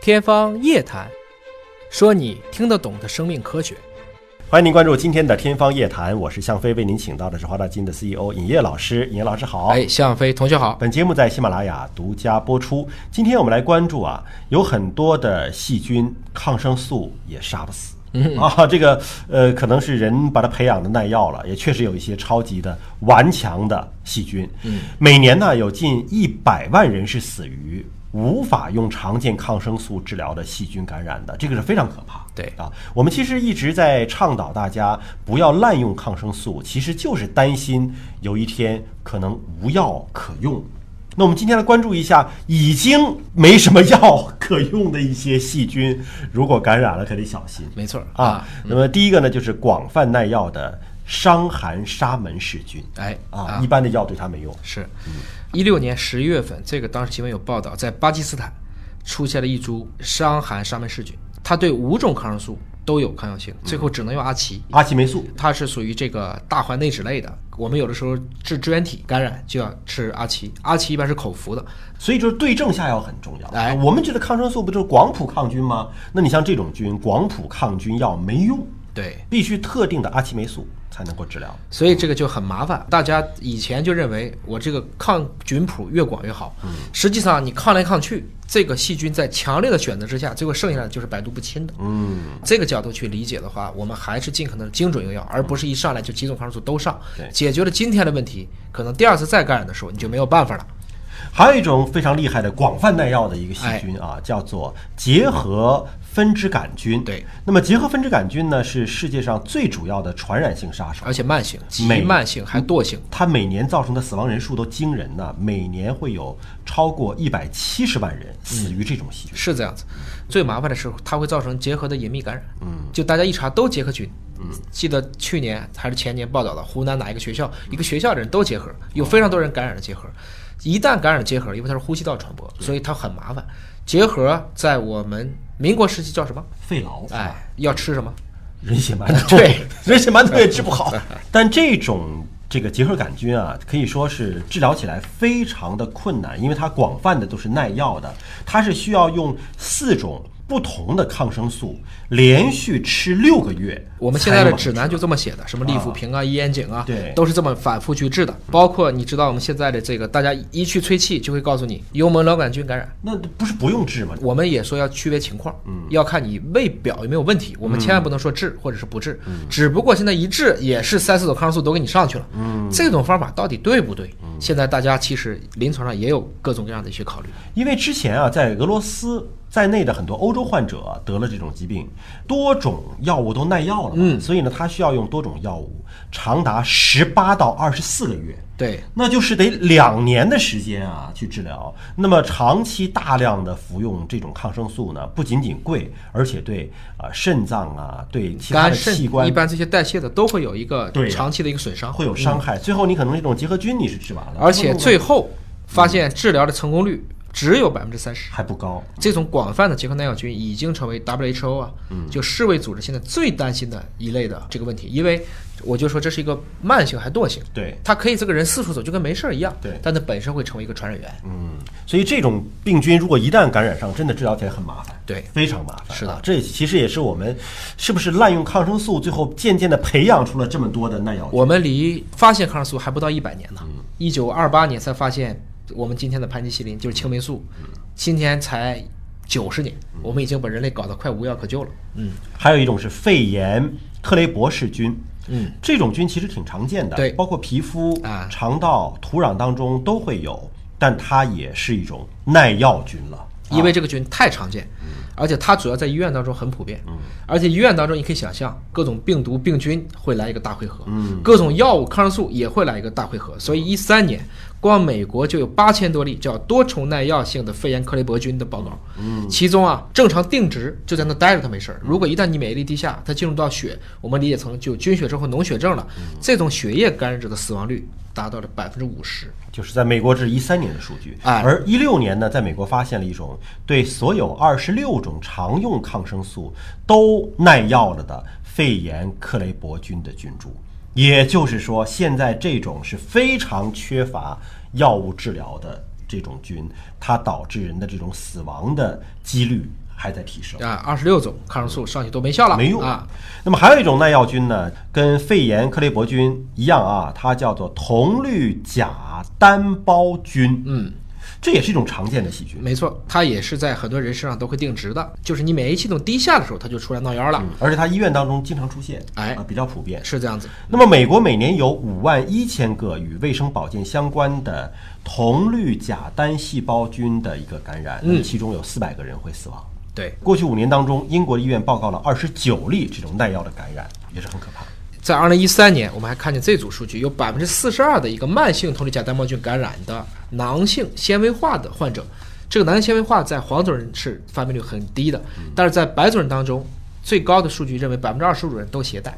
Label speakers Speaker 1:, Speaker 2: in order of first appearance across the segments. Speaker 1: 天方夜谭，说你听得懂的生命科学。
Speaker 2: 欢迎您关注今天的《天方夜谭》，我是向飞，为您请到的是华大基因的 CEO 尹烨老师。尹烨老师好，
Speaker 1: 哎，向飞同学好。
Speaker 2: 本节目在喜马拉雅独家播出。今天我们来关注啊，有很多的细菌抗生素也杀不死。
Speaker 1: 嗯
Speaker 2: 啊，这个呃，可能是人把它培养的耐药了，也确实有一些超级的顽强的细菌。嗯，每年呢有近一百万人是死于无法用常见抗生素治疗的细菌感染的，这个是非常可怕。
Speaker 1: 对
Speaker 2: 啊，我们其实一直在倡导大家不要滥用抗生素，其实就是担心有一天可能无药可用。那我们今天来关注一下已经没什么药可用的一些细菌，如果感染了可得小心。
Speaker 1: 没错儿
Speaker 2: 啊，，那么第一个呢，就是广泛耐药的伤寒沙门氏菌
Speaker 1: 哎
Speaker 2: 啊，一般的药对它没用。
Speaker 1: 是，一六年十月份，这个当时新闻有报道，在巴基斯坦出现了一株伤寒沙门氏菌，它对五种抗生素都有抗药性，最后只能用阿奇。
Speaker 2: 阿奇霉素
Speaker 1: 它是属于这个大环内酯类的，我们有的时候治支原体感染就要吃阿奇，阿奇一般是口服的，
Speaker 2: 所以就是对症下药很重要。
Speaker 1: 哎
Speaker 2: 我们觉得抗生素不就是广谱抗菌吗？那你像这种菌，广谱抗菌药没用，
Speaker 1: 对，
Speaker 2: 必须特定的阿奇霉素才能够治疗。
Speaker 1: 所以这个就很麻烦。大家以前就认为我这个抗菌谱越广越好，实际上你抗来抗去，这个细菌在强烈的选择之下，最后剩下的就是百毒不侵的。
Speaker 2: 嗯，
Speaker 1: 这个角度去理解的话，我们还是尽可能精准用药，而不是一上来就几种抗生素都上
Speaker 2: 对。
Speaker 1: 解决了今天的问题，可能第二次再感染的时候你就没有办法了。
Speaker 2: 还有一种非常厉害的广泛耐药的一个细菌啊，
Speaker 1: 哎
Speaker 2: 叫做结核分支杆菌。
Speaker 1: 对，
Speaker 2: 那么结核分支杆菌呢，是世界上最主要的传染性杀手。
Speaker 1: 而且慢性、极
Speaker 2: 每
Speaker 1: 慢性还惰性，
Speaker 2: 它每年造成的死亡人数都惊人呐，每年会有超过一百七十万人死于这种细菌。
Speaker 1: 是这样子。最麻烦的是它会造成结核的隐秘感染，嗯，就大家一查都结核菌。嗯，记得去年还是前年报道的湖南哪一个学校，一个学校的人都结核，有非常多人感染了结核。一旦感染了结核，因为它是呼吸道传播，所以它很麻烦。结核在我们民国时期叫什么？
Speaker 2: 肺痨，
Speaker 1: 哎，要吃什么？
Speaker 2: 人血馒 头，
Speaker 1: 对，
Speaker 2: 人血馒头也治不好。但这种这个结核杆菌啊，可以说是治疗起来非常的困难，因为它广泛的都是耐药的，它是需要用四种不同的抗生素连续吃六个月。
Speaker 1: 我们现在的指南就这么写的，什么利辅平啊、伊嗯眼井啊，
Speaker 2: 对
Speaker 1: 都是这么反复去治的。包括你知道我们现在的这个，大家一去吹气就会告诉你幽门螺杆菌感染。
Speaker 2: 那不是不用治吗？
Speaker 1: 我们也说要区别情况，
Speaker 2: 嗯
Speaker 1: 要看你胃表有没有问题。我们千万不能说治或者是不治，
Speaker 2: 嗯
Speaker 1: 只不过现在一治也是三四种抗生素都给你上去了，
Speaker 2: 嗯
Speaker 1: 这种方法到底对不对？现在大家其实临床上也有各种各样的一些考虑。
Speaker 2: 因为之前啊，在俄罗斯在内的很多欧洲患者啊、得了这种疾病，多种药物都耐药了嘛，
Speaker 1: 嗯
Speaker 2: 所以呢，他需要用多种药物，长达十八到二十四个月。
Speaker 1: 对，
Speaker 2: 那就是得两年的时间啊去治疗。那么长期大量的服用这种抗生素呢，不仅仅贵，而且对啊、呃肾脏啊，对其他
Speaker 1: 肝
Speaker 2: 的
Speaker 1: 肾
Speaker 2: 器官
Speaker 1: 一般这些代谢的都会有一个
Speaker 2: 对呀
Speaker 1: 长期的一个损伤。
Speaker 2: 会有伤害。最后你可能这种结核菌你是治完了，
Speaker 1: 而且最后发
Speaker 2: 嗯
Speaker 1: 现治疗的成功率只有百分之三十。
Speaker 2: 还不高。
Speaker 1: 这种广泛的结核耐药菌已经成为 WHO 啊，
Speaker 2: 嗯
Speaker 1: 就世卫组织现在最担心的一类的这个问题，因为我就说这是一个慢性还惰性，
Speaker 2: 对，
Speaker 1: 它可以这个人四处走就跟没事儿一样，
Speaker 2: 对
Speaker 1: 但它本身会成为一个传染源，
Speaker 2: 嗯，所以这种病菌如果一旦感染上，真的治疗起来很麻烦，
Speaker 1: 对
Speaker 2: 非常麻烦啊。
Speaker 1: 是的
Speaker 2: 这其实也是我们是不是滥用抗生素，最后渐渐的培养出了这么多的耐药菌。
Speaker 1: 我们离发现抗生素还不到一百年呢，
Speaker 2: 嗯
Speaker 1: 一九二八年才发现我们今天的盘尼西林就是青霉素，
Speaker 2: 嗯
Speaker 1: 今天才九十年，我们已经把人类搞得快无药可救了。嗯，
Speaker 2: 还有一种是肺炎特雷伯氏菌。嗯，这种菌其实挺常见的，
Speaker 1: 对
Speaker 2: 包括皮肤、
Speaker 1: 啊
Speaker 2: 肠道、土壤当中都会有，但它也是一种耐药菌了。
Speaker 1: 因为这个菌太常见，而且它主要在医院当中很普遍，
Speaker 2: 嗯
Speaker 1: 而且医院当中你可以想象，各种病毒病菌会来一个大汇合，
Speaker 2: 嗯
Speaker 1: 各种药物抗生素也会来一个大汇合，所以一三年光美国就有八千多例叫多重耐药性的肺炎克雷伯菌的报告，
Speaker 2: 嗯
Speaker 1: 其中啊正常定值就在那待着它没事儿，如果一旦你免疫力低下，它进入到血，我们理解成就菌血症或脓血症了，
Speaker 2: 嗯
Speaker 1: 这种血液感染者的死亡率达到了百分之五十。
Speaker 2: 就是在美国，这是一三年的数据，
Speaker 1: 哎
Speaker 2: 而一六年呢，在美国发现了一种对所有二十六种常用抗生素都耐药了的肺炎克雷伯菌的菌株。也就是说，现在这种是非常缺乏药物治疗的这种菌，它导致人的这种死亡的几率还在提升。
Speaker 1: 啊，二十六种抗生素上去都没效了，
Speaker 2: 没用
Speaker 1: 啊。
Speaker 2: 那么还有一种耐药菌呢，跟肺炎克雷伯菌一样啊，它叫做铜绿甲单胞菌。嗯，这也是一种常见的细菌，
Speaker 1: 没错，它也是在很多人身上都会定植的，就是你免疫系统低下的时候，它就出来闹幺了，
Speaker 2: 嗯而且它医院当中经常出现，
Speaker 1: 哎
Speaker 2: 啊，比较普遍。
Speaker 1: 是这样子。
Speaker 2: 那么，美国每年有五万一千个与卫生保健相关的铜绿甲单细胞菌的一个感染，
Speaker 1: 嗯
Speaker 2: 那么其中有四百个人会死亡。
Speaker 1: 对，
Speaker 2: 过去五年当中，英国医院报告了二十九例这种耐药的感染，也是很可怕。
Speaker 1: 在二零一三年，我们还看见这组数据，有百分之四十二的一个慢性头绿甲单胞菌感染的囊性纤维化的患者，这个囊性纤维化在黄种人是发病率很低的，但是在白种人当中，最高的数据认为百分之二十五人都携带。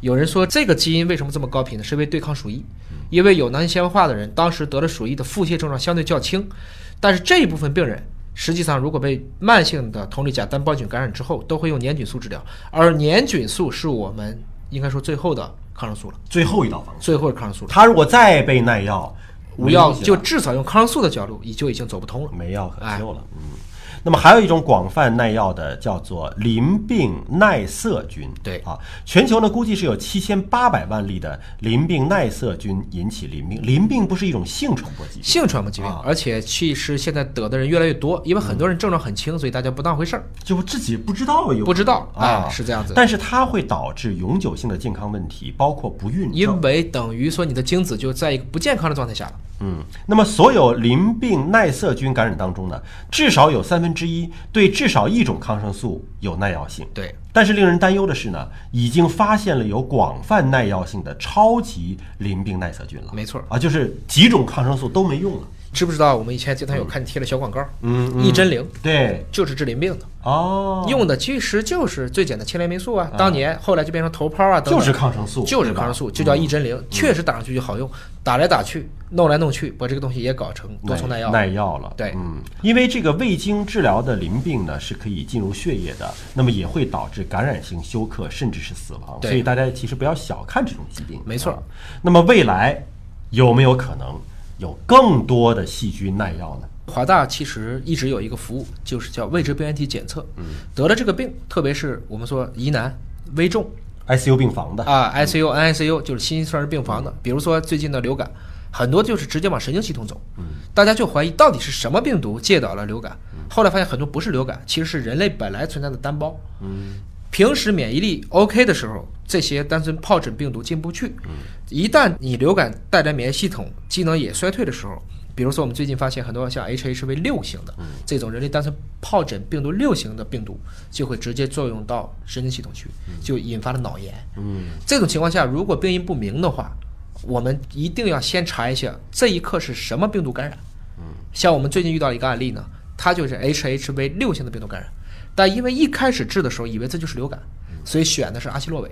Speaker 1: 有人说这个基因为什么这么高频呢？是因为对抗鼠疫，因为有囊性纤维化的人当时得了鼠疫的腹泻症状相对较轻，但是这一部分病人实际上，如果被慢性的铜绿甲单胞菌感染之后，都会用粘菌素治疗，而粘菌素是我们应该说最后的抗生素了，
Speaker 2: 最后一道防线，
Speaker 1: 最后的抗生素了。
Speaker 2: 他如果再被耐药，
Speaker 1: 无药
Speaker 2: 没戏了
Speaker 1: 就至少用抗生素的角度，也就已经走不通了。
Speaker 2: 没药可救了。
Speaker 1: 哎
Speaker 2: 嗯，那么还有一种广泛耐药的叫做淋病耐色菌。
Speaker 1: 对
Speaker 2: 啊，全球呢估计是有七千八百万例的淋病耐色菌引起淋病。淋病不是一种性传播疾病，
Speaker 1: 性传播疾病，而且其实现在得的人越来越多，因为很多人症状很轻，所以大家不当回事儿，
Speaker 2: 就是自己不知道有
Speaker 1: 不知道
Speaker 2: 啊、
Speaker 1: 哎是这样子
Speaker 2: 但是它会导致永久性的健康问题，包括不孕症。
Speaker 1: 因为等于说你的精子就在一个不健康的状态下了。
Speaker 2: 嗯，那么所有淋病耐色菌感染当中呢，至少有三分之一对至少一种抗生素有耐药性。
Speaker 1: 对，
Speaker 2: 但是令人担忧的是呢，已经发现了有广泛耐药性的超级淋病耐色菌了。
Speaker 1: 没错
Speaker 2: 啊，就是几种抗生素都没用了。
Speaker 1: 知不知道我们以前经常有看贴了小广告，嗯，一针灵
Speaker 2: 对，
Speaker 1: 就是治淋病的。
Speaker 2: 哦，
Speaker 1: 用的其实就是最简单青霉霉素啊，当年后来就变成头孢啊，等等
Speaker 2: 就是抗生素，
Speaker 1: 就是
Speaker 2: 对吧嗯
Speaker 1: 抗生素，就叫一针灵，确实打上去就好用，打来打去，弄来弄去，把这个东西也搞成多重耐药。
Speaker 2: 耐药了。
Speaker 1: 对
Speaker 2: 嗯，因为这个未经治疗的淋病呢是可以进入血液的，那么也会导致感染性休克，甚至是死亡。
Speaker 1: 对
Speaker 2: 所以大家其实不要小看这种疾病。
Speaker 1: 没错
Speaker 2: 啊。那么未来有没有可能有更多的细菌耐药呢？
Speaker 1: 华大其实一直有一个服务，就是叫未知病原体检测。嗯，得了这个病，特别是我们说疑难、危重
Speaker 2: ICU 病房的，
Speaker 1: 啊，ICU、NICU 就是新生儿病房的，比如说最近的流感，很多就是直接往神经系统走。嗯，大家就怀疑到底是什么病毒介导了流感，后来发现很多不是流感，其实是人类本来存在的单胞。嗯，平时免疫力 OK 的时候，这些单纯疱疹病毒进不去。嗯，一旦你流感带来免疫系统机能也衰退的时候，比如说我们最近发现很多像 HHV 六型的这种人类单纯疱疹病毒六型的病毒，就会直接作用到神经系统去，就引发了脑炎。嗯，这种情况下，如果病因不明的话，我们一定要先查一下这一刻是什么病毒感染。像我们最近遇到一个案例呢，它就是 HHV 六型的病毒感染，但因为一开始治的时候以为这就是流感，所以选的是阿西洛韦，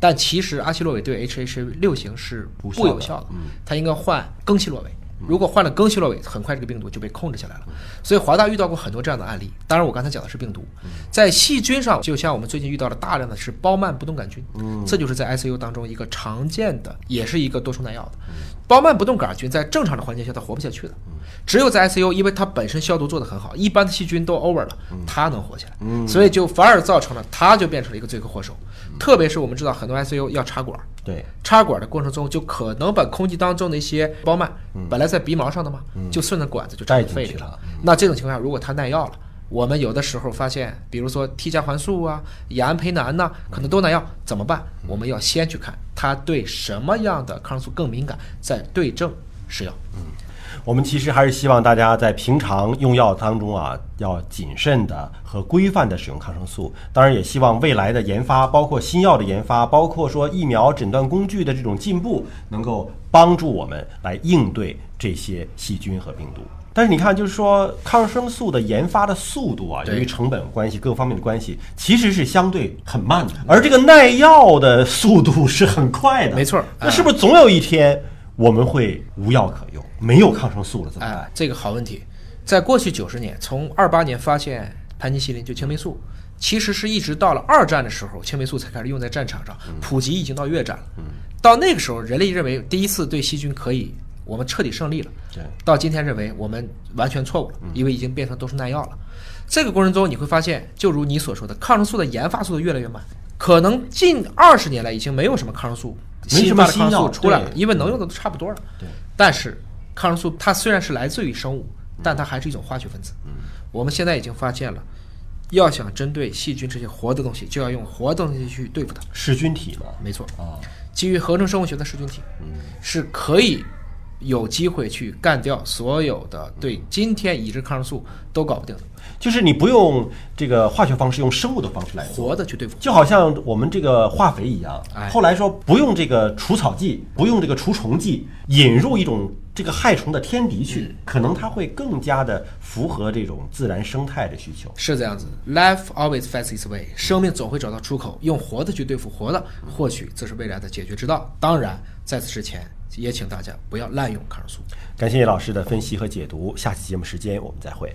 Speaker 1: 但其实阿西洛韦对 HHV 六型是
Speaker 2: 无效
Speaker 1: 不有
Speaker 2: 的
Speaker 1: 效的，它应该换更西洛韦。如果换了更西洛韦，很快这个病毒就被控制下来了。所以华大遇到过很多这样的案例。当然，我刚才讲的是病毒，在细菌上，就像我们最近遇到了大量的是包曼不动杆菌，这就是在 ICU 当中一个常见的，也是一个多重耐药的。包曼不动杆菌在正常的环境下它活不下去的，只有在 ICU，因为它本身消毒做得很好，一般的细菌都 over 了，它能活下来，所以就反而造成了它就变成了一个罪魁祸首。特别是我们知道很多 ICU 要插管，
Speaker 2: 对，
Speaker 1: 插管的过程中，就可能把空气当中的一些包曼，本来在鼻毛上的嘛，就顺着管子就插
Speaker 2: 带
Speaker 1: 进
Speaker 2: 进
Speaker 1: 肺里
Speaker 2: 去
Speaker 1: 了
Speaker 2: 了。
Speaker 1: 那这种情况下，如果它耐药了，我们有的时候发现，比如说替加环素啊、乙胺培南呐、可能都耐药，怎么办？我们要先去看它对什么样的抗生素更敏感，再对症施药。
Speaker 2: 我们其实还是希望大家在平常用药当中啊，要谨慎的和规范的使用抗生素。当然，也希望未来的研发，包括新药的研发，包括说疫苗诊断工具的这种进步，能够帮助我们来应对这些细菌和病毒。但是你看，就是说抗生素的研发的速度啊，由
Speaker 1: 对
Speaker 2: 于成本关系、各方面的关系，其实是相对很慢的。而这个耐药的速度是很快的，
Speaker 1: 没错
Speaker 2: 那是不是总有一天我们会无药可用，没有抗生素了怎么办
Speaker 1: 哎？，这个好问题。在过去九十年，从二八年发现盘尼西林就青霉素，其实是一直到了二战的时候，青霉素才开始用
Speaker 2: 嗯
Speaker 1: 在战场上，普及已经到越战了。到那个时候，人类认为第一次对细菌可以我们彻底胜利了。
Speaker 2: 对，嗯
Speaker 1: 到今天认为我们完全错误了，因为已经变成都是耐药了。这个过程中你会发现，就如你所说的，抗生素的研发速度越来越慢，可能近二十年来已经没有什么抗生素
Speaker 2: 没什
Speaker 1: 新
Speaker 2: 么
Speaker 1: 发的抗
Speaker 2: 新
Speaker 1: 生
Speaker 2: 药
Speaker 1: 素出来了，
Speaker 2: 对
Speaker 1: 因为能用的都差不多了。
Speaker 2: 对，
Speaker 1: 但是抗生素它虽然是来自于生物，
Speaker 2: 嗯
Speaker 1: 但它还是一种化学分子。我们现在已经发现了。要想针对细菌这些活的东西，就要用活的东西去对付它。
Speaker 2: 噬菌体嘛，
Speaker 1: 没错，
Speaker 2: 啊，
Speaker 1: 基于合成生物学的噬菌体，
Speaker 2: 嗯
Speaker 1: 是可以有机会去干掉所有的对今天已知抗生素都搞不定的
Speaker 2: 就是你不用这个化学方式，用生物的方式来做。
Speaker 1: 活的去对付。
Speaker 2: 就好像我们这个化肥一样
Speaker 1: 哎，
Speaker 2: 后来说不用这个除草剂，不用这个除虫剂，引入一种这个害虫的天敌去，可能它会更加的符合这种自然生态的需求。
Speaker 1: 是这样子，Life always finds its way，生命总会找到出口，用活的去对付活的，或许这是未来的解决之道。当然，在此之前，也请大家不要滥用抗生素。
Speaker 2: 感谢叶老师的分析和解读，下期节目时间我们再会。